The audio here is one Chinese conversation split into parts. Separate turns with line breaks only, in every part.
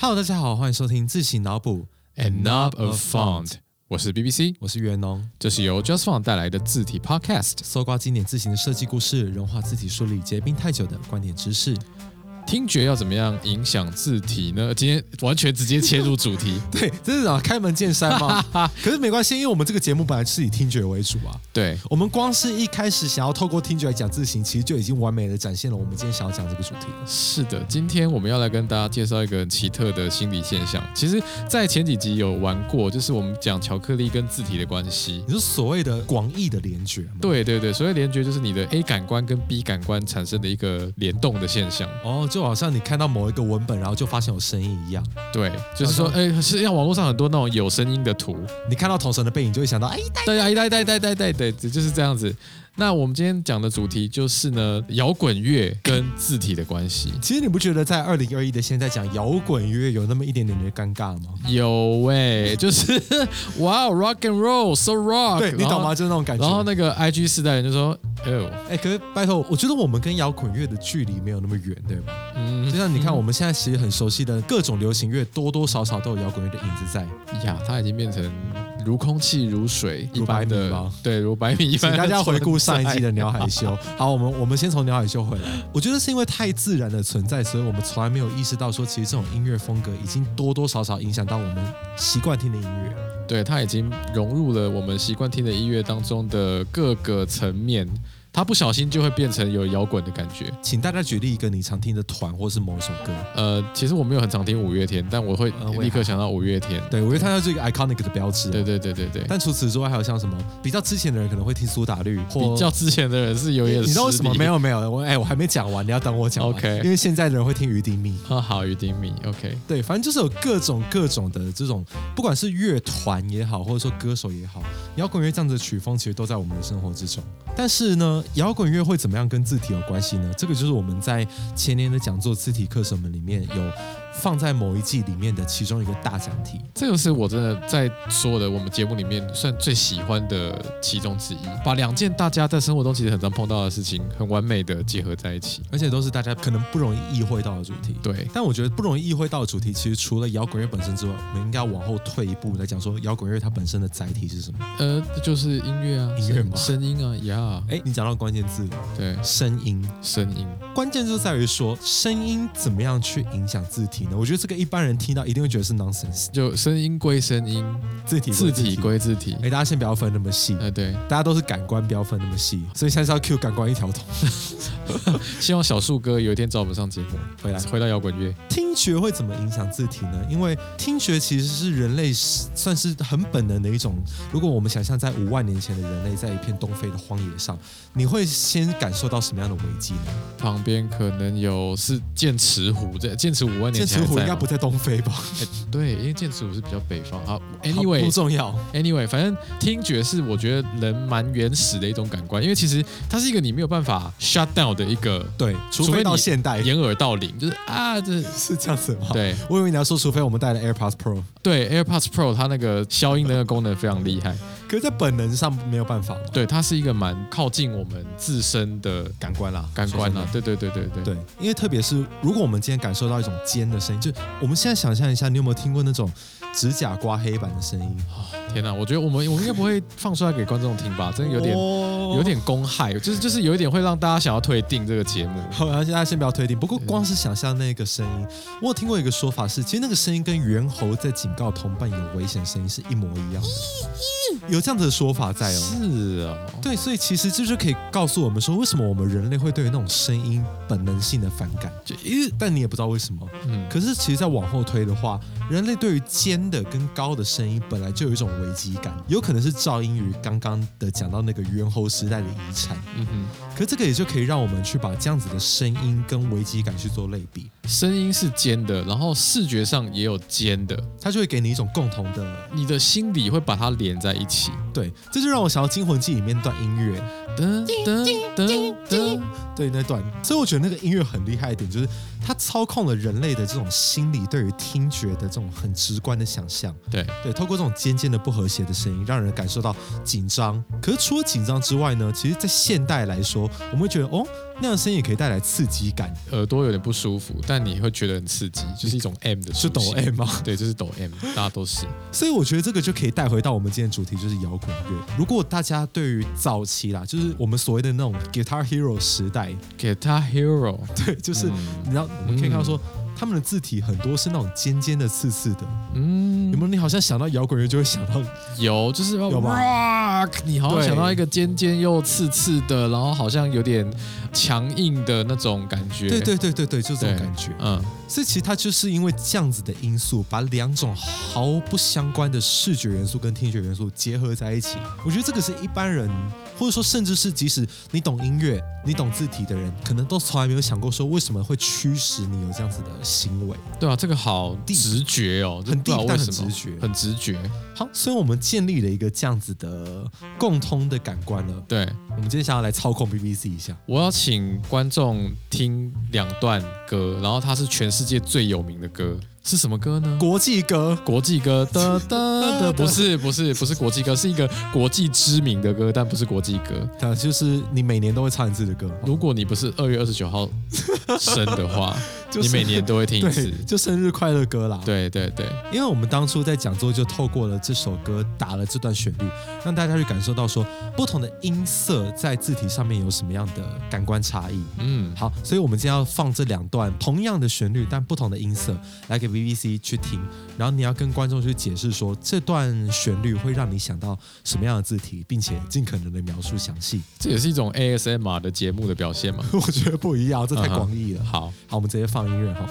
Hello，大家好，欢迎收听自行脑补
and not a font。我是 BBC，
我是袁农。
这是由 Just Font 带来的字体 Podcast，
搜刮经典字形的设计故事，融化字体梳理结冰太久的观点知识。
听觉要怎么样影响字体呢？今天完全直接切入主题。
对，这是啊，开门见山嘛。 可是没关系，因为我们这个节目本来是以听觉为主啊。
对，
我们光是一开始想要透过听觉来讲字形，其实就已经完美的展现了我们今天想要讲这个主题。
是的，今天我们要来跟大家介绍一个很奇特的心理现象。其实，在前几集有玩过，就是我们讲巧克力跟字体的关系。
你是所谓的广义的联觉吗？
对对对，所谓联觉就是你的 A 感官跟 B 感官产生的一个联动的现象。
哦，就好像你看到某一个文本，然后就发现有声音一样。
对，就是说，
好
哎，是像网络上很多那种有声音的图，
你看到同神的背影，就会想到，哎，
大家一代代代代代对，就是这样子。那我们今天讲的主题就是呢，摇滚乐跟字体的关系。
其实你不觉得在二零二一的现在讲摇滚乐有那么一点点的尴尬吗？
有喂、就是 哇、w r o c k and roll，so rock，
对你懂吗？？就是那种感
然
觉。
后然后那个 IG 世代人就说，哎呦，
哎、可是拜托，我觉得我们跟摇滚乐的距离没有那么远，对吧？
嗯
就像你看，我们现在其实很熟悉的各种流行乐，多多少少都有摇滚乐的影子在。
呀，它已经变成如空气如水一
如白
般
米
的
吗，
对，如白 米一
请
般的存在。
大家回顾上一季的鸟海修。好，我们我们先从鸟海修回来。我觉得是因为太自然的存在，所以我们从来没有意识到说，其实这种音乐风格已经多多少少影响到我们习惯听的音乐。
对，它已经融入了我们习惯听的音乐当中的各个层面，它不小心就会变成有摇滚的感觉。
请大家举例一个你常听的团或是某一首歌。
呃，其实我没有很常听五月天，但我会
呃我也
立刻想到五月天。
对，我觉得它是一个 iconic 的标志、
对。对对对对，
但除此之外，还有像什么比较之前的人可能会听苏打绿，或
比较之前的人是有
你
点
你知道为
失
什么
礼
没？有没有？我哎、我还没讲完，你要等我讲完。
OK
因为现在的人会听于丁蜜。
啊，好，于丁米，OK，
对，反正就是有各种各种的这种，不管是乐团也好，或者说歌手也好，摇滚乐这样子的曲风其实都在我们的生活之中。但是呢，摇滚乐会怎么样跟字体有关系呢？这个就是我们在前年的讲座字体课程们里面有放在某一季里面的其中一个大讲题。
这个是我真的在所有的我们节目里面算最喜欢的其中之一，把两件大家在生活中其实很常碰到的事情，很完美的结合在一起。
而且都是大家可能不容易意会到的主题。
对，
但我觉得不容易意会到的主题，其实除了摇滚乐本身之外，我们应该往后退一步来讲，说摇滚乐它本身的载体是什么？
呃，就是音乐啊，
音乐
声
吗
声音啊，呀、
哎，你讲到关键字了，
对，
声音，
声音，
关键就在于说声音怎么样去影响字体呢？我觉得这个一般人听到一定会觉得是 nonsense，
就声音归声音，
字体
字体。归字体。
哎，大家先不要分那么细，
呃，对，
大家都是感官，不要分那么细。所以现在是要 Q 感官一条通
希望小树哥有一天找我们上节目，
回来。
回到摇滚乐。
听觉会怎么影响字体呢？因为听觉其实是人类算是很本能的一种。如果我们想象在五万年前的人类在一片东非的荒野上，你会先感受到什么样的危机呢？
旁边可能有是剑齿虎，这剑齿虎五万年
剑
前
齿
还
虎
在
应该
吗
不在东非吧
哎对，因为剑齿虎是比较北方。好
好不
，anyway
重要。
anyway，反正听觉是我觉得人蛮原始的一种感官，因为其实它是一个你没有办法 shut down 的一个
对，除非
非
到
你
现代
掩耳盗铃，就是啊，这
是这样子吗？，
对
我以为你要说，除非我们带了 AirPods Pro，
对 AirPods Pro 它那个消音的那个功能非常厉害，
可是在本能上没有办法嘛。
对，它是一个蛮靠近我们自身的
感官啦，
感官
说
啊，
真的。
对对对对对
对，因为特别是如果我们今天感受到一种尖的声音，就我们现在想象一下，你有没有听过那种指甲刮黑板的声音？
天哪，我觉得我们我们应该不会放出来给观众听吧，真的有点
哦
有点公害，就是就是有一点会让大家想要退订这个节目。
好，然后现在先不要推定。不过光是想象那个声音，我有听过一个说法是，其实那个声音跟猿猴在警告同伴有危险声音是一模一样的，有这样子的说法在哦。
是哦，
对，所以其实这就可以告诉我们说，为什么我们人类会对于那种声音本能性的反感，就咦，但你也不知道为什么。
嗯，
可是其实再往后推的话，人类对于尖的跟高的声音本来就有一种危机感，有可能是噪音于刚刚的讲到那个猿猴时代的遗产。
嗯哼，
可这个也就可以让我们去把这样子的声音跟危机感去做类比，
声音是尖的，然后视觉上也有尖的，
它就会给你一种共同的。
你的心理会把它连在一起。
对，这就让我想到《惊魂记》里面那段音乐，
噔噔噔噔，
对那段，所以我觉得那个音乐很厉害一点，就是它操控了人类的这种心理对于听觉的这种很直观的想象。
对，
对，透过这种尖尖的不和谐的声音，让人感受到紧张。可是除了紧张之外呢，其实，在现代来说，我们会觉得哦，那样的声音也可以带来刺激感，
耳朵有点不舒服，但你会觉得很刺激，就是一种 M 的，
是抖 M 吗？
对，就是抖 M，大家都是。
所以我觉得这个就可以带回到我们今天的主题，就是摇滚乐。如果大家对于早期啦，就是我们所谓的那种 Guitar Hero 时代，
Guitar Hero，
对，就是、
嗯
你知道，我们可以看到说。他们的字体很多是那种尖尖的、刺刺的，有
嗯，
没有？你好像想到摇滚乐就会想到
有就是
有
吧？你好像
对
想到一个尖尖又刺刺的，然后好像有点强硬的那种感觉。
对对对对对，就这种
对
感觉。
嗯，
所以其实它就是因为这样子的因素，把两种毫不相关的视觉元素跟听觉元素结合在一起。我觉得这个是一般人，或者说甚至是即使你懂音乐、你懂字体的人，可能都从来没有想过说为什么会驱使你有这样子的行为。
对啊，这个好
地
直觉哦，这
很
不知道
地但
为
很
什么
直觉
很直觉。
好，所以我们建立了一个这样子的共通的感官了。
对，
我们今天想要来操控 BBC 一下。
我要请观众听两段歌，然后它是全世界最有名的歌，是什么歌呢？
国际歌，
国际歌的的的，不是不是不是国际歌，是一个国际知名的歌，但不是国际歌。
它啊就是你每年都会唱一次的歌，
如果你不是二月二十九号生的话，
就是
你每年都会听一次
对。，就生日快乐歌啦。
对对对
因为我们当初在讲座就透过了这首歌打了这段旋律，让大家去感受到说不同的音色在字体上面有什么样的感官差异。
嗯，
好，所以我们今天要放这两段同样的旋律，但不同的音色，来给 BBC 去听。然后你要跟观众去解释说这段旋律会让你想到什么样的字体，并且尽可能的描述详细。
这也是一种 ASMR 的节目的表现嘛。
我觉得不一样，这太
嗯哼
广 义了。
好，
好，我们直接放音乐哈。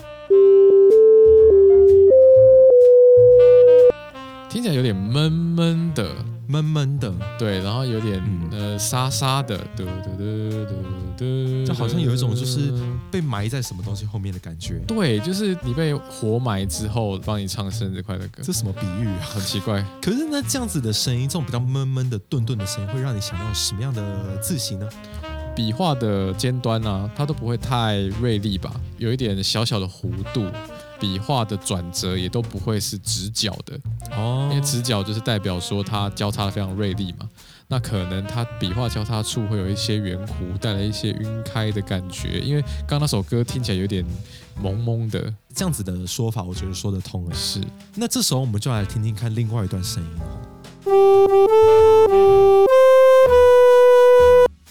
听起来有点闷闷的，
闷闷的，
对，然后有点、
嗯
呃沙沙的，嘟嘟嘟嘟嘟，
就好像有一种就是被埋在什么东西后面的感觉。
对，就是你被活埋之后，帮你唱生日快乐歌，
这什么比喻啊？
很奇怪。
可是呢，这样子的声音，这种比较闷闷的、顿顿的声音，会让你想到什么样的字形呢？
笔画的尖端啊，它都不会太锐利吧，有一点小小的弧度。笔画的转折也都不会是直角的，
哦
因为直角就是代表说它交叉得非常锐利嘛。那可能它笔画交叉处会有一些圆弧，带来一些晕开的感觉。因为刚刚那首歌听起来有点蒙蒙的，
这样子的说法，我觉得说得通了。
是
那这时候我们就来听听看另外一段声音哦。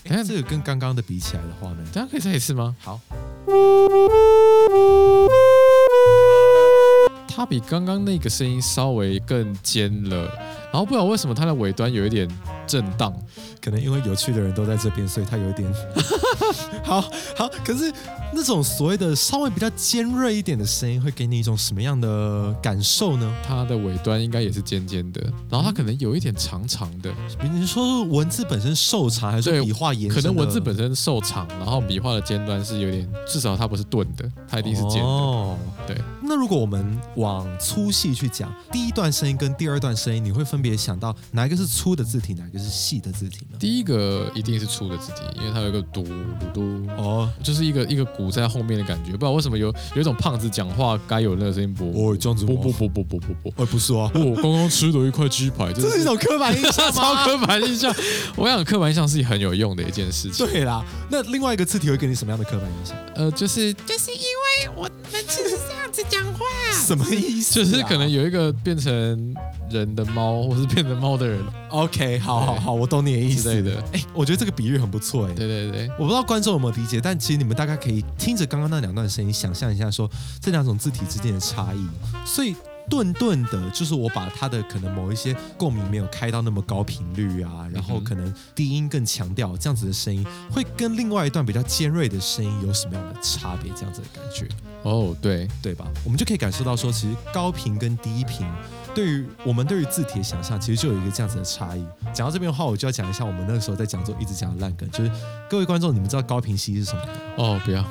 等一
哎，
下
这个跟刚刚的比起来的话呢？
大家可以再一次吗？
好，
它比刚刚那个声音稍微更尖了，然后不知道为什么它的尾端有一点震荡。
可能因为有趣的人都在这边，所以他有一点 好好。可是那种所谓的稍微比较尖锐一点的声音，会给你一种什么样的感受呢？
它的尾端应该也是尖尖的，然后它可能有一点长长的，
你说是文字本身瘦长，还是说
对
笔画延
可
伸的？
能文字本身瘦长，然后笔画的尖端是有点，至少它不是钝的，它一定是尖的。
哦
对，
那如果我们往粗细去讲，第一段声音跟第二段声音，你会分别想到哪一个是粗的字体，哪一个是细的字体呢？
第一个一定是粗的字体，因为它有一个嘟嘟嘟。
哦，
就是一个一个鼓在后面的感觉，不知道为什么有有一种胖子讲话该有那个声音不
哦这样子吗
不不不不不不不，
哎，不是哦，
我刚刚吃了一块鸡排，这
这是一
种。
种刻板印象
超
吗？
刻板印象。我想刻板印象是很有用的一件事 情。
对啦，那另外一个字体会给你什么样的刻板印象？
呃，就是
就是因为我们就是这样子讲话。
什么意思啊、
嗯就是可能有一个变成人的猫，或是变成猫的人
OK，好好好，我懂你的意
之
思。
类的。
哎，我觉得这个比喻很不错哎。
对对对，
我不知道观众有没有理解，但其实你们大概可以听着刚刚那两段声音，想象一下说这两种字体之间的差异。所以顿顿的，就是我把它的可能某一些共鸣没有开到那么高频率啊，然后
嗯哼
可能低音更强调这样子的声音，会跟另外一段比较尖锐的声音有什么样的差别？这样子的感觉，
哦对，
对吧？我们就可以感受到说，其实高频跟低频。对于我们对于字体的想象，其实就有一个这样子的差异。讲到这边的话，我就要讲一下我们那个时候在讲座一直讲的烂梗，就是各位观众，你们知道高频息是什么吗？
哦不要。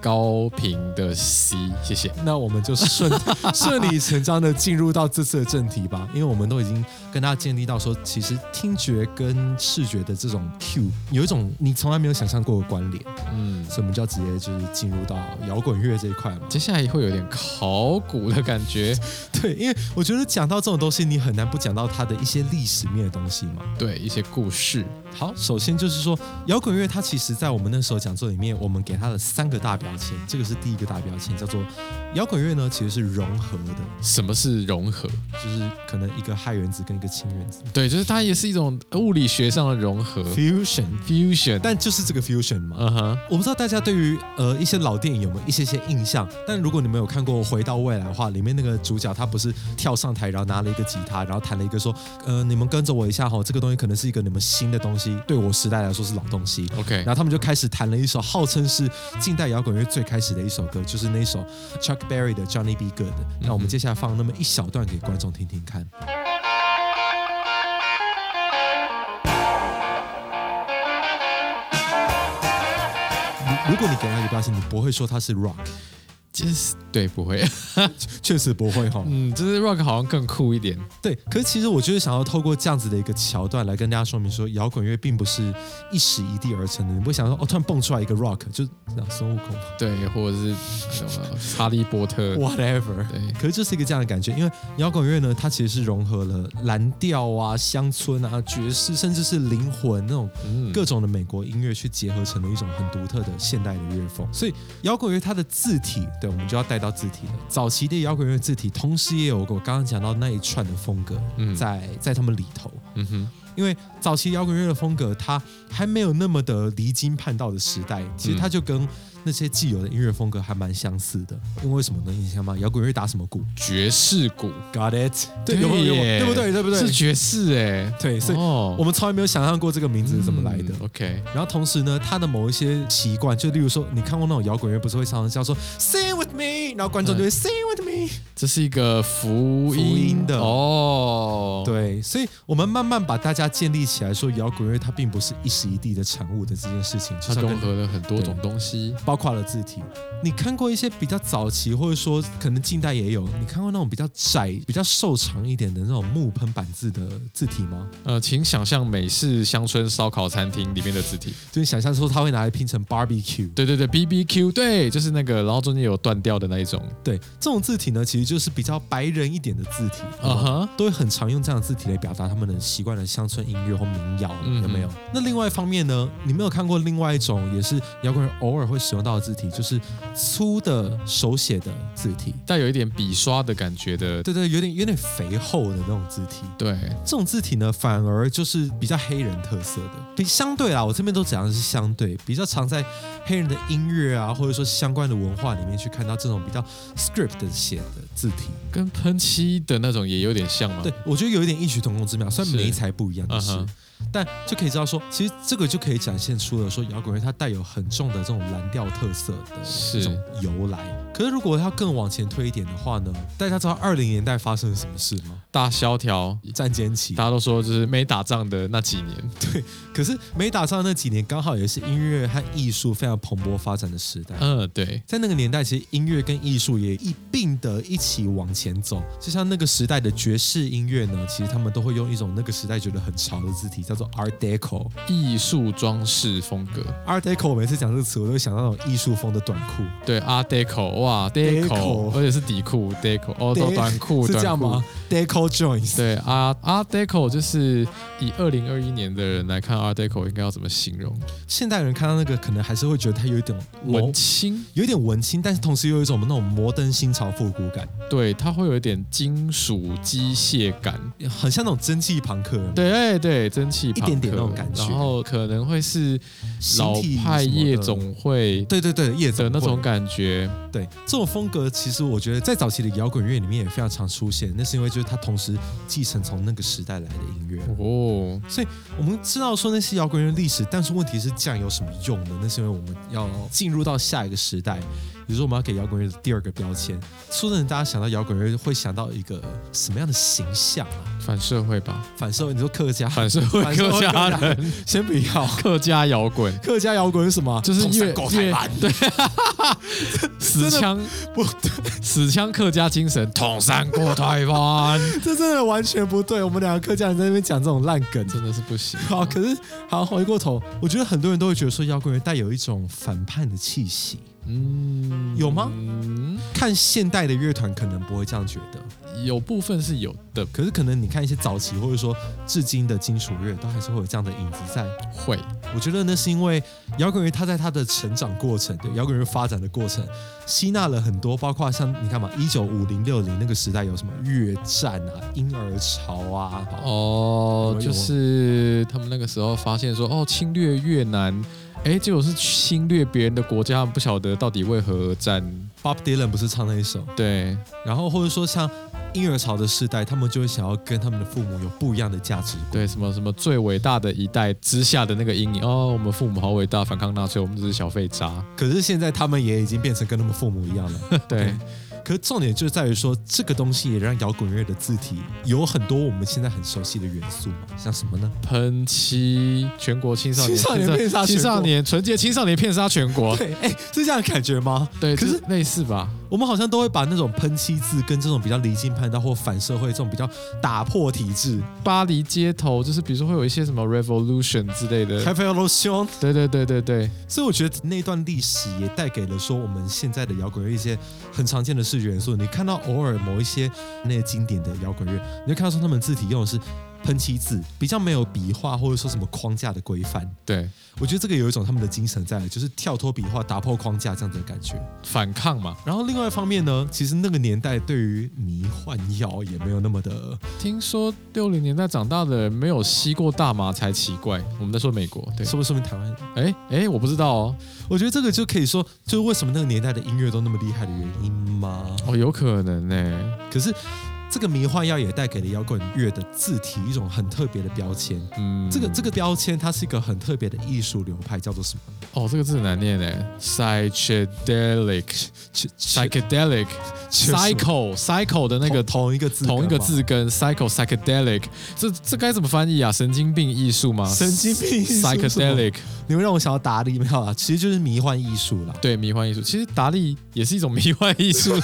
高频的 C，谢谢。
那我们就顺顺理成章的进入到这次的正题吧，因为我们都已经跟大家建立到说，其实听觉跟视觉的这种 Q 有一种你从来没有想象过的关联，
嗯，
所以我们就要直接就是进入到摇滚乐这一块嘛。
接下来会有点考古的感觉，
对，因为我觉得讲到这种东西，你很难不讲到它的一些历史面的东西嘛。
对一些故事。
好，首先就是说，摇滚乐它其实在我们那时候讲座里面，我们给它的三个大标签，这个是第一个大标签，叫做摇滚乐呢其实是融合的，
什么是融合？
就是可能一个氦原子跟一个氢原子
对，就是它也是一种物理学上的融合
fusion，
（fusion）。
但就是这个 fusion 嘛。
嗯哼，
我不知道大家对于呃一些老电影有没有一些些印象，但如果你们有看过《回到未来》的话，里面那个主角他不是跳上台，然后拿了一个吉他，然后弹了一个说，呃，你们跟着我一下哈，这个东西可能是一个你们新的东西，对我时代来说是老东西。
OK，
然后他们就开始弹了一首号称是近代摇滚乐最开始的一首歌，就是那首 Chuck Berry 的 Johnny B. Good。那我们接下来放那么一小段给观众听听看。如如果你给他一个标签，你不会说他是 rock，
就是对，不会。
确实不会哈、
嗯，就是 rock 好像更酷一点。
对，可是其实我就是想要透过这样子的一个桥段来跟大家说明说，摇滚乐并不是一时一地而成的。你不会想说哦，突然蹦出来一个 rock，就这样孙悟空。
对，或者是什么哈利波特，
whatever。
对，
可是就是一个这样的感觉，因为摇滚乐呢，它其实是融合了蓝调啊、乡村啊、爵士，甚至是灵魂那种
嗯，
各种的美国音乐去结合成了一种很独特的现代的乐风。所以摇滚乐它的字体，对，我们就要带到字体了。早期的摇滚乐字体，同时也有我刚刚讲到那一串的风格，
嗯
在在他们里头。
嗯哼，
因为早期摇滚乐的风格，它还没有那么的离经叛道的时代，其实它就跟那些既有的音乐风格还蛮相似的。因为什么呢？你想嘛，摇滚乐打什么鼓
爵士鼓，
？Got it？对，
耶
有没有有没有对不对？对不对？
是爵士哎，
对，所以
哦
我们从来没有想象过这个名字是怎么来的。
嗯 OK，
然后同时呢，他的某一些习惯，就例如说，你看过那种摇滚乐，不是会常常叫说 “Sing with me”，然后观众就会 “Sing with me”。
这是一个福音
福音的
哦，，
对，所以我们慢慢把大家建立起来，说摇滚乐它并不是一时一地的产物的这件事情，就
它
是要
融
跟
合了很多种东西。
包括了字体。你看过一些比较早期，或者说可能近代也有，你看过那种比较窄、比较瘦长一点的那种木喷板字的字体吗？
呃，请想象美式乡村烧烤餐厅里面的字体，
就你想象说它会拿来拼成 barbecue，
对对对，BBQ，对，就是那个，然后中间有断掉的那一种。
对，这种字体呢，其实就是比较白人一点的字体，
啊
嗯
哈，
都会很常用这样的字体来表达他们的习惯的乡村音乐或民谣，
嗯
有没有？那另外一方面呢，你没有看过另外一种也是摇滚人偶尔会使用到的字体，就是粗的手写的字体，
带有一点笔刷的感觉的，
对对，有点有点肥厚的那种字体。
对，
这种字体呢，反而就是比较黑人特色的。比相对啊，我这边都讲的是相对，比较常在黑人的音乐啊，或者说相关的文化里面去看到这种比较 script 的写的字体。
跟喷漆的那种也有点像嘛。
对，我觉得有一点异曲同工之妙，虽然
嗯是
媒材不一样，但是、
嗯哼
但就可以知道说，其实这个就可以展现出了说摇滚乐它带有很重的这种蓝调特色的
是
这种由来。可是如果要更往前推一点的话呢，大家知道二零年代发生了什么事吗？
大萧条，
战间起，
大家都说就是没打仗的那几年，
可是没打仗的那几年，刚好也是音乐和艺术非常蓬勃发展的时代。
嗯，对，
在那个年代，其实音乐跟艺术也一并的一起往前走。就像那个时代的爵士音乐呢，其实他们都会用一种那个时代觉得很潮的字体，叫做 Art Deco。
艺术装饰风格，
Art Deco，我每次讲这个词，我都会想到那种艺术风的短裤，
对，Art Deco，哇
Deco
，Deco，而且是底裤，Deco，哦，都
De-
短裤，
是这样
短裤
吗？？Deco Joints。
对，Art 啊 Art Deco 就是以二零二一年的人来看，Art Deco 应该要怎么形容？
现代人看到那个，可能还是会觉得它有一点
文，青，
有一点文青，但是同时又有一种那种摩登新潮复古感，
对，它会有一点金属机械感，
很像那种蒸汽朋克。
对对对，蒸汽朋克
一点点那种感觉
然后可能会是
形
老
体
派
什么
夜
的
总会
对对对，夜总会
的那种感觉，
对这种风格，其实我觉得在早期的摇滚乐里面也非常常出现。那是因为就是它同时继承从那个时代来的音乐。
哦，
我们知道说那些摇滚乐历史，但是问题是这样有什么用呢？那是因为我们要进入到下一个时代，也就是我们要给摇滚乐的第二个标签。说真的，大家想到摇滚乐会想到一个什么样的形象啊？
反社会吧，
反社会，你说客家，
反社会
反社
客
会
家
客家
人，
先不要。
客家摇滚，
客家摇滚是什么？
就是越
狗台
越
湾，
对，死腔
不
死腔客家精神，统山过台湾，
这真的完全不对。我们两个客家人在那边讲这种烂梗，
真的是不行。啊
好，可是好回过头，我觉得很多人都会觉得说摇滚乐带有一种反叛的气息。
嗯，
有吗
嗯
看现代的乐团可能不会这样觉得，
有部分是有的，
可是可能你看一些早期或者说至今的金属乐，都还是会有这样的影子在。
会
我觉得那是因为摇滚乐它在它的成长过程，对摇滚乐发展的过程，吸纳了很多，包括像你看嘛，一九五零六零那个时代有什么越战啊、婴儿潮啊，哦，
哦
有，啊有
就是他们那个时候发现说，哦，侵略越南，哎，结果是侵略别人的国家，他们不晓得到底为何而战。
Bob Dylan 不是唱那一首，
对，
然后或者说像婴儿潮的世代，他们就会想要跟他们的父母有不一样的价值观。
对，什么什么最伟大的一代之下的那个阴影哦，我们父母好伟大，反抗纳粹，我们只是小废渣。
可是现在他们也已经变成跟他们父母一样了。
对，
可是重点就在于说，这个东西也让摇滚乐的字体有很多我们现在很熟悉的元素嘛，像什么呢？
喷漆，全国青少年
青少年骗杀全国
青少年纯洁青少年骗杀全国，
对，哎，是这样的感觉吗？
对，
可
可
是
是类似吧？
我们好像都会把那种喷漆字跟这种比较离经叛道或反社会这种比较打破体制
巴黎街头就是比如说会有一些什么 revolution 之类的，
，Cafe l o t i o n
对对对对对，
所以我觉得那段历史也带给了说我们现在的摇滚乐一些很常见的视觉元素。你看到偶尔某一些那些经典的摇滚乐，你就看到说他们字体用的是喷漆字，比较没有笔画或者说什么框架的规范。
对，
我觉得这个有一种他们的精神在，就是跳脱笔画、打破框架这样子的感觉。
反抗嘛。
然后另外一方面呢，其实那个年代对于迷幻药也没有那么的
听说六零年代长大的人没有吸过大麻才奇怪。我们在说美国，对，
说不说明台湾。
哎哎，我不知道哦，
我觉得这个就可以说，就是为什么那个年代的音乐都那么厉害的原因吗？
哦，有可能呢、
可是这个迷幻药也带给了摇滚乐的字体一种很特别的标签。
嗯，
这个这个标签，它是一个很特别的艺术流派，叫做什么
哦，这个字很难念呢，psychedelic。psychedelic psycho psycho 的那个
同同一个字，
同一个，字根 psycho psychedelic，这这该怎么翻译啊？神经病艺术吗？
神经病艺术是什么
psychedelic，
你会让我想到达利没有啊？其实就是迷幻艺术啦。
对，迷幻艺术。其实达利也是一种迷幻 艺术。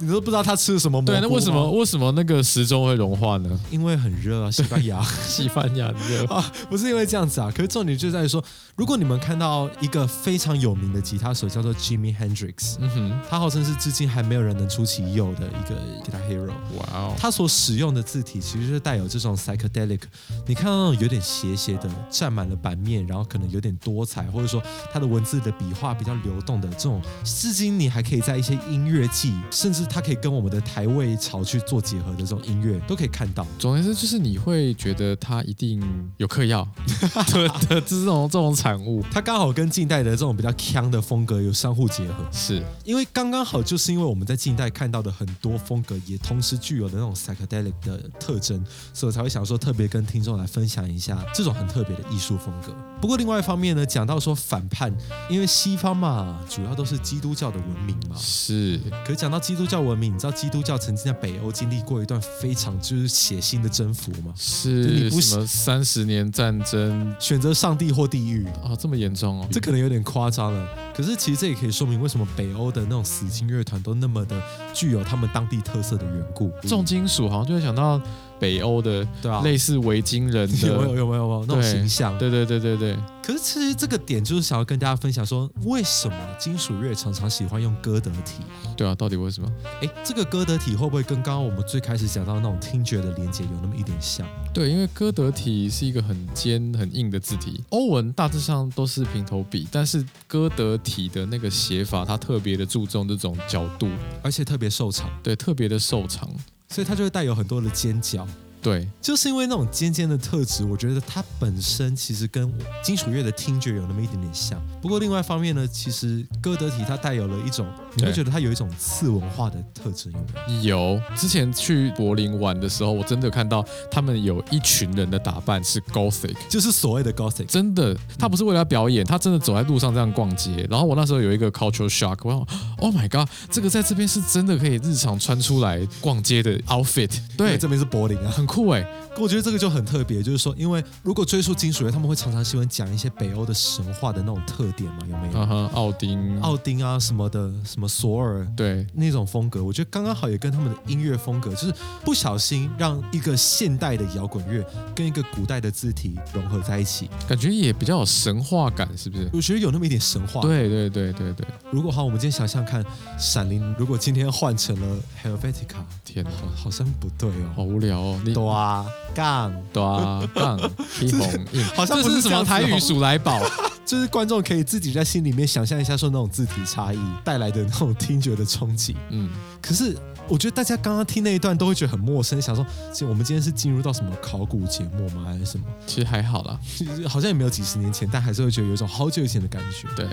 你都不知道他吃了什么蘑菇啊
对，
吗
那为什么？为什么那个时钟会融化呢？
因为很热啊，西班牙
西班牙的
啊，不是因为这样子啊。可是重点就在于说，如果你们看到一个非常有名的吉他手叫做 Jimmy Hendrix，
嗯哼，
他号称是至今还没有人能出其右的一个吉他 hero。
哇哦，
它所使用的字体其实是带有这种 psychedelic，你看到那种有点斜斜的，占满了版面，然后可能有点多彩，或者说它的文字的笔画比较流动的这种，至今你还可以在一些音乐季，甚至它可以跟我们的台位潮去做结合的这种音乐都可以看到。
总而言之就是你会觉得他一定有嗑药 的的这种这种产物
它刚好跟近代的这种比较腔的风格有相互结合，
是
因为刚刚好就是因为我们在近代看到的很多风格也同时具有的那种 psychedelic 的特征，所以我才会想说特别跟听众来分享一下这种很特别的艺术风格。不过另外一方面呢，讲到说反叛，因为西方嘛，主要都是基督教的文明嘛。
是
可是讲到基督教文明，你知道基督教曾经在北欧经历过一段非常就是血腥的征服吗？你
是
不
什么三十年战争
选择上帝或地狱，
哦，这么严重哦？
这可能有点夸张了。可是其实这也可以说明为什么北欧的那种死金乐团都那么的具有他们当地特色的缘故。
重金属好像就会想到北欧的
对啊，
类似维京人
有没有
的，
有没有有没有那种
对
形象？
对对对对对，
可是其实这个点就是想要跟大家分享说，为什么金属乐常常喜欢用歌德体？
对啊，到底为什么？
诶，这个歌德体会不会跟刚刚我们最开始讲到那种听觉的连接有那么一点像？
对，因为歌德体是一个很尖很硬的字体，欧文大致上都是平头笔，但是歌德体的那个写法，它特别的注重这种角度，
而且特别瘦长，
对，特别的瘦长。
所以它就会带有很多的尖角。
对，
就是因为那种尖尖的特质，我觉得它本身其实跟金属乐的听觉有那么一点点像。不过另外一方面呢，其实歌德体它带有了一种，你会
对
觉得它有一种次文化的特质，有没有？
有之前去柏林玩的时候，我真的有看到他们有一群人的打扮是 Gothic。
就是所谓的 gothic。
真的，他不是为了要表演，他真的走在路上这样逛街。然后我那时候有一个 cultural shock，我想，Oh my god，这个在这边是真的可以日常穿出来逛街的 outfit，
因为
对，
这边是柏林啊，
很酷哎，
我觉得这个就很特别，就是说，因为如果追溯金属乐，他们会常常喜欢讲一些北欧的神话的那种特点嘛，有没有？
嗯哼，奥丁，
奥丁啊什么的，什么索尔，
对，
那种风格，我觉得刚刚好也跟他们的音乐风格，就是不小心让一个现代的摇滚乐跟一个古代的字体融合在一起，
感觉也比较有神话感，是不是？
我觉得有那么一点神话。，
对对对对对，
如果好，我们今天想想看，《闪灵》如果今天换成了 Helvetica，
天哪，
好好像不对
好
哦。
无聊哦，你
多啊杠，
对啊，杠，一红硬，
好像
这
不
是
是
什
这
么
样子
台语
哦
鼠来宝？
就是观众可以自己在心里面想象一下，说那种字体差异带来的那种听觉的冲击。
嗯，
可是我觉得大家刚刚听那一段都会觉得很陌生，想说，其实我们今天是进入到什么考古节目吗，还是什么？
其实还好啦，
就是好像也没有几十年前，但还是会觉得有一种好久以前的感觉。
对，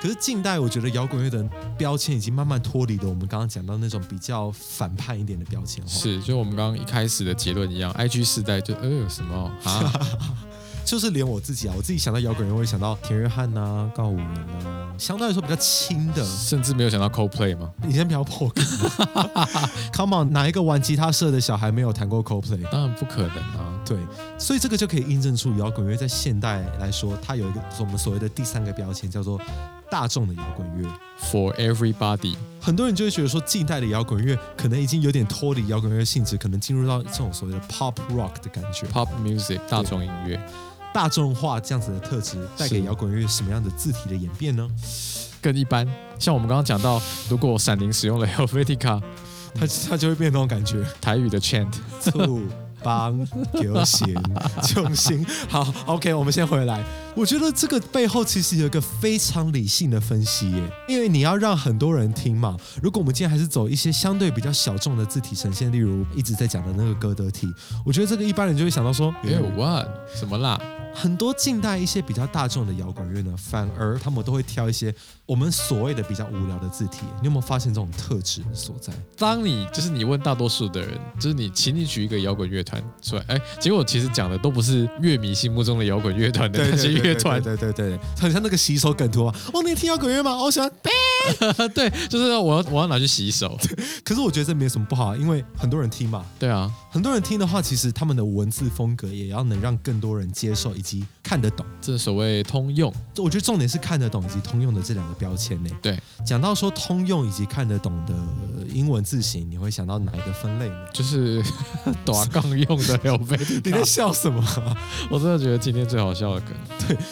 可是近代，我觉得摇滚乐的标签已经慢慢脱离了我们刚刚讲到那种比较反叛一点的标签哦，
是，就我们刚刚一开始的结论一样，IG 世代就呃有什么啊，
就是连我自己啊，我自己想到摇滚乐，我会想到田约翰呐、告五人啊，相对来说比较轻的。
甚至没有想到 CoPlay 嘛，
你先不要破梗啊，Come on，哪一个玩吉他社的小孩没有弹过 Coldplay？
当然不可能啊，
对，所以这个就可以印证出摇滚乐在现代来说，它有一个我们所谓的第三个标签，叫做大众的摇滚乐。
For everybody，
很多人就会觉得说，近代的摇滚乐可能已经有点脱离摇滚乐性质，可能进入到这种所谓的 pop rock 的感觉，
pop music 大众音乐，
大众化这样子的特质，带给
是
摇滚乐什么样的字体的演变呢？
更一般。像我们刚刚讲到，如果闪灵使用了 Helvetica
它它就会变那种感觉，
台语的 chant，
醋帮流行重心。好，OK，我们先回来。我觉得这个背后其实有一个非常理性的分析耶，因为你要让很多人听嘛。如果我们今天还是走一些相对比较小众的字体呈现，例如一直在讲的那个歌德体，我觉得这个一般人就会想到说，
哎、what 什么啦？
很多近代一些比较大众的摇滚乐呢，反而他们都会挑一些我们所谓的比较无聊的字体。你有没有发现这种特质所在？
当你就是你问大多数的人，就是你，请你举一个摇滚乐团出来，哎，结果其实讲的都不是乐迷心目中的摇滚乐团的那 些乐团，
对对对，对很像那个洗手梗图啊。哦，你听摇滚乐吗？哦我喜欢。
啊对，就是我要我要拿去洗手，
可是我觉得这没什么不好，啊，因为很多人听嘛。
对啊，
很多人听的话，其实他们的文字风格也要能让更多人接受以及看得懂。
这所谓通用，
我觉得重点是看得懂以及通用的这两个标签呢。
对，
讲到说通用以及看得懂的呃英文字形，你会想到哪一个分类呢？
就是 短杠用的 Helvetica，
你在笑什么啊、
我真的觉得今天最好笑的梗，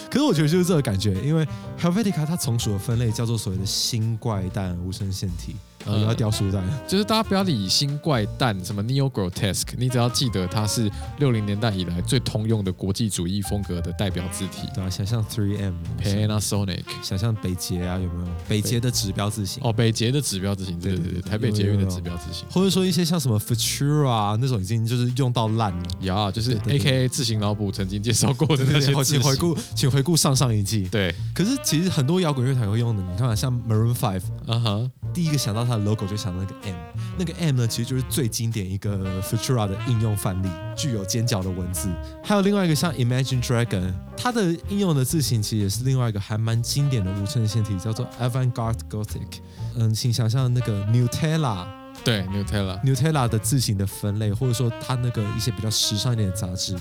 可是我觉得就是这个感觉，因为 Helvetica 它从属的分类叫做所谓的新怪诞无声腺体，我
嗯
要掉书袋了。
就是大家不要理新怪诞什么 neo grotesque，你只要记得它是六零年代以来最通用的国际主义风格的代表字体
对啊，想象 Three M，
啊 Panasonic。
想象北捷啊，有没有？北捷的指标字形。
哦，北捷的指标字型，对对对，台北捷运的指标字型，
或者说一些像什么 Futura 啊那种已经就是用到烂了。
呀，就是
对对
A K A 自行脑补曾经介绍过的那些
好，
字
请回
型。
顾，请回顾上上一季。
对，
可是其实很多摇滚乐团会用的，你看啊，像 Maroon Five，
啊哈，
第一个想到它的 logo 就想到那个 M，那个 M 呢其实就是最经典一个 Futura 的应用范例，具有尖角的文字。还有另外一个像 Imagine Dragon，它的应用的字形其实也是另外一个还蛮经典的无衬线体，叫做 Avant-Garde Gothic。嗯，请想象那个 Nutella。
对，Nutella，
Nutella 的字形的分类，或者说它那个一些比较时尚一点的杂志。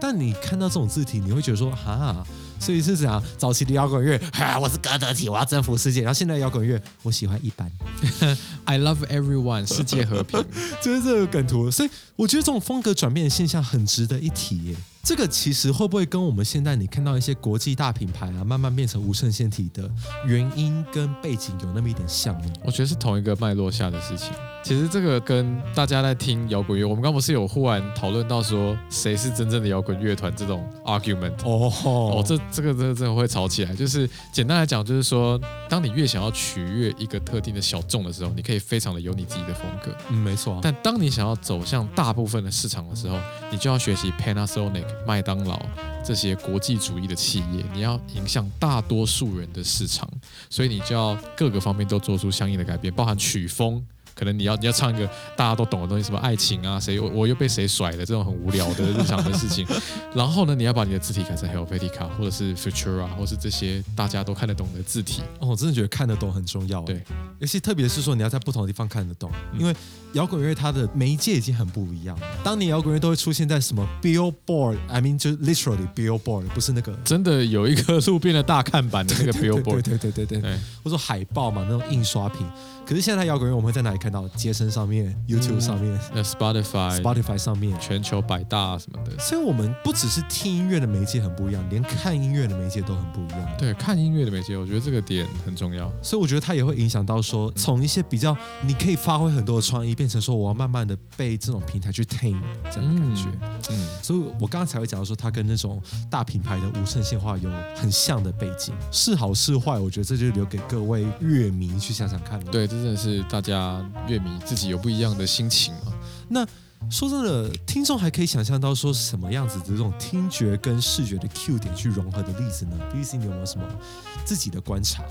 但你看到这种字体，你会觉得说哈，所以是怎样？早期的摇滚乐，哈，我是哥德体，我要征服世界。然后现在的摇滚乐，我喜欢一般，
I love everyone，世界和平。
就是这个梗图。所以我觉得这种风格转变的现象很值得一提耶。这个其实会不会跟我们现在你看到一些国际大品牌啊，慢慢变成无衬线体的原因跟背景有那么一点像呢？
我觉得是同一个脉络下的事情。其实这个跟大家在听摇滚乐，我们刚不是有忽然讨论到说谁是真正的摇滚乐团这种 argument。
哦
哦，
哦，
这这个真的真的会吵起来。就是简单来讲，就是说，当你越想要取悦一个特定的小众的时候，你可以非常的有你自己的风格；
嗯，没错啊，
但当你想要走向大部分的市场的时候，你就要学习 Panasonic、麦当劳这些国际主义的企业，你要影响大多数人的市场，所以你就要各个方面都做出相应的改变，包含曲风。可能你要你要唱一个大家都懂的东西，什么爱情啊，谁我我又被谁甩了这种很无聊的 日常的事情。然后呢，你要把你的字体改成 Helvetica 或者是 Futura 或是这些大家都看得懂的字体。
哦，我真的觉得看得懂很重要。啊
对，
尤其特别是说你要在不同的地方看得懂，
嗯
因为摇滚乐它的媒介已经很不一样了。当年摇滚乐都会出现在什么 Billboard，I mean 就 literally Billboard，不是那个。
真的有一个路边的大看板的那个
对对对
Billboard，
对对对
对，
或者说海报嘛，那种印刷品。可是现在摇滚乐我们会在哪里看到？街声上面、YouTube 上面、
那 Spotify
Spotify 上面。
全球百大什么的。
所以，我们不只是听音乐的媒介很不一样，连看音乐的媒介都很不一样。
对，看音乐的媒介，我觉得这个点很重要。
所以我觉得它也会影响到说，从一些比较你可以发挥很多的创意，变成说我要慢慢的被这种平台去 tame 这样的感觉。
嗯，
所以我刚刚才会讲到说，它跟那种大品牌的无衬线化有很像的背景，是好是坏，我觉得这就留给各位乐迷去想想看了。，
对，这真的是大家乐迷自己有不一样的心情嘛。
说真的，听众还可以想象到说什么样子的这种听觉跟视觉的 Q 点去融合的例子呢？B C，你有没有什么自己的观察？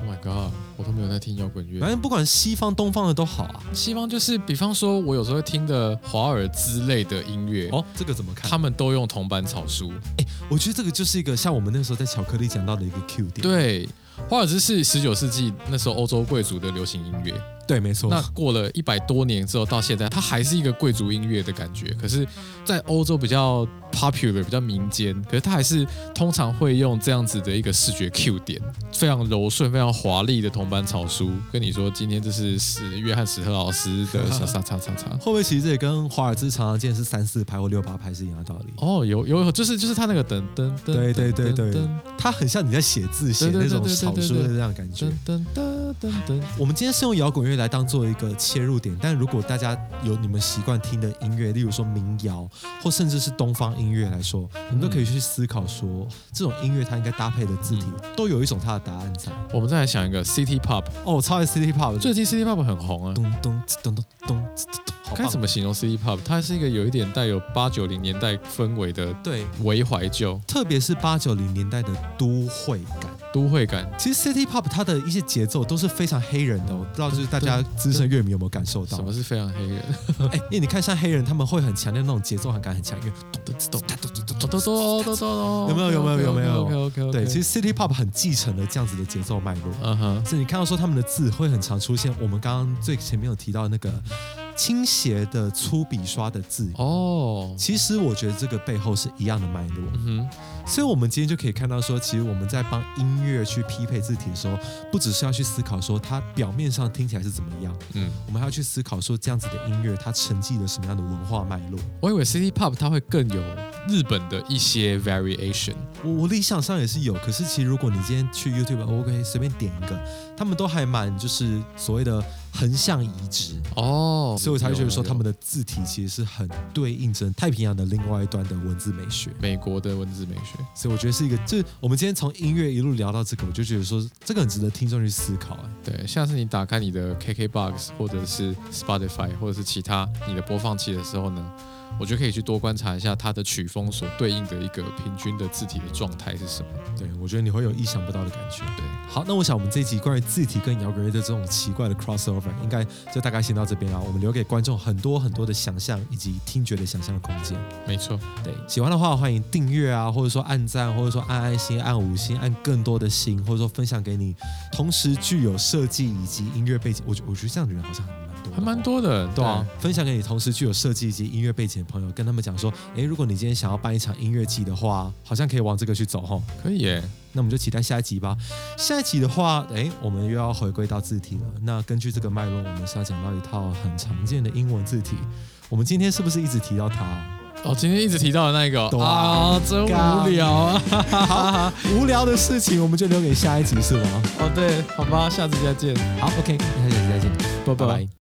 Oh my god，我都没有在听摇滚乐
反。正不管西方东方的都好啊。
西方就是，比方说，我有时候会听的华尔兹类的音乐，哦，
哦，这个怎么看？
他们都用铜板草书。
我觉得这个就是一个像我们那时候在巧克力讲到的一个 Q 点。
对，华尔兹是十九世纪那时候欧洲贵族的流行音乐。
对，没错。
那过了一百多年之后，到现在，它还是一个贵族音乐的感觉。可是，在欧洲比较 popular、比较民间，可是它还是通常会用这样子的一个视觉 Q 点，非常柔顺、非常华丽的铜板草书，跟你说今天这是史约翰史特劳斯的啥啥啥啥啥。
会不会其实这也跟华尔兹常常见是三四拍或六八拍是一样的道理？
哦，有有有，就是就是他那个噔噔噔，
对对对对
噔
它很像你在写字写
对对
那
对
种
对对
草
对
书
对
的那样的感觉
噔。噔噔噔噔，
我们今天是用摇滚乐来当做一个切入点，但如果大家有你们习惯听的音乐，例如说民谣或甚至是东方音乐来说，我们都可以去思考说，这种音乐它应该搭配的字体、都有一种它的答案在。
我们再来想一个 City Pop，
哦，我超爱 City Pop，
最近 City Pop 很红啊。
咚咚呲咚咚咚呲咚咚，好
该
棒
怎么形容 City Pop？它是一个有一点带有八九零年代氛围的
对，
为怀旧、
特别是八九零年代的都会感。
都会感。
其实 City Pop 它的一些节奏都是非常黑人的，我不知道就是大家资深乐迷有没有感受到
什？么是非常黑 人？
哎，因为你看像黑人他们会很强调那种节奏感很强，因为
哆哆哆哆哆
有没有有没有有没有
OK OK OK。
对，其实 City Pop 很继承了这样子的节奏脉络。
嗯哼，
所以你看到说他们的字会很常出现，我们刚刚最前面有提到那个倾斜的粗笔刷的字。
哦，
其实我觉得这个背后是一样的脉络，
嗯哼，
所以我们今天就可以看到说，其实我们在帮音乐去匹配字体的时候，不只是要去思考说它表面上听起来是怎么样，
嗯，
我们还要去思考说这样子的音乐它承继了什么样的文化脉络。
我以为 City Pop 它会更有日本的一些 variation。
我我理想上也是有，可是其实如果你今天去 YouTube 啊 OK 随便点一个，他们都还蛮就是所谓的横向移植，
哦，
所以我才会觉得说他们
的
的字体其实是很对应着太平洋的另外一端的文字美学。
美国的文字美学。
所以我觉得是一个，就是我们今天从音乐一路聊到这个，我就觉得说这个很值得听众去思考、哎，
对，下次你打开你的 KKBox 或者是 Spotify 或者是其他你的播放器的时候呢，我就可以去多观察一下它的曲风所对应的一个平均的字体的状态是什么。
对我觉得你会有意想不到的感觉。
对，
好，那我想我们这一集关于字体跟摇滚乐的这种奇怪的 crossover，应该就大概先到这边啊。我们留给观众很多很多的想象以及听觉的想象的空间。
没错，
对，喜欢的话欢迎订阅啊，或者说按赞，或者说按爱心、按五星、按更多的星，或者说分享给你同时具有设计以及音乐背景，我觉我觉得这样的人好像还蛮多的，
还蛮。多的，
对啊，分享给你同时具有设计以及音乐背景的朋友，跟他们讲说，诶，如果你今天想要办一场音乐季的话，好像可以往这个去走吼。
对，可以耶，
那我们就期待下一集吧。下一集的话，诶，我们又要回归到字体了。那根据这个脉络，我们是要讲到一套很常见的英文字体。我们今天是不是一直提到它啊？
哦，今天一直提到的那一个
懂
哦
啊
啊，真无聊啊！
好，无聊的事情我们就留给下一集是吗？
哦，对，好吧，下次再见。
好，OK，那下期再见，
拜拜
拜拜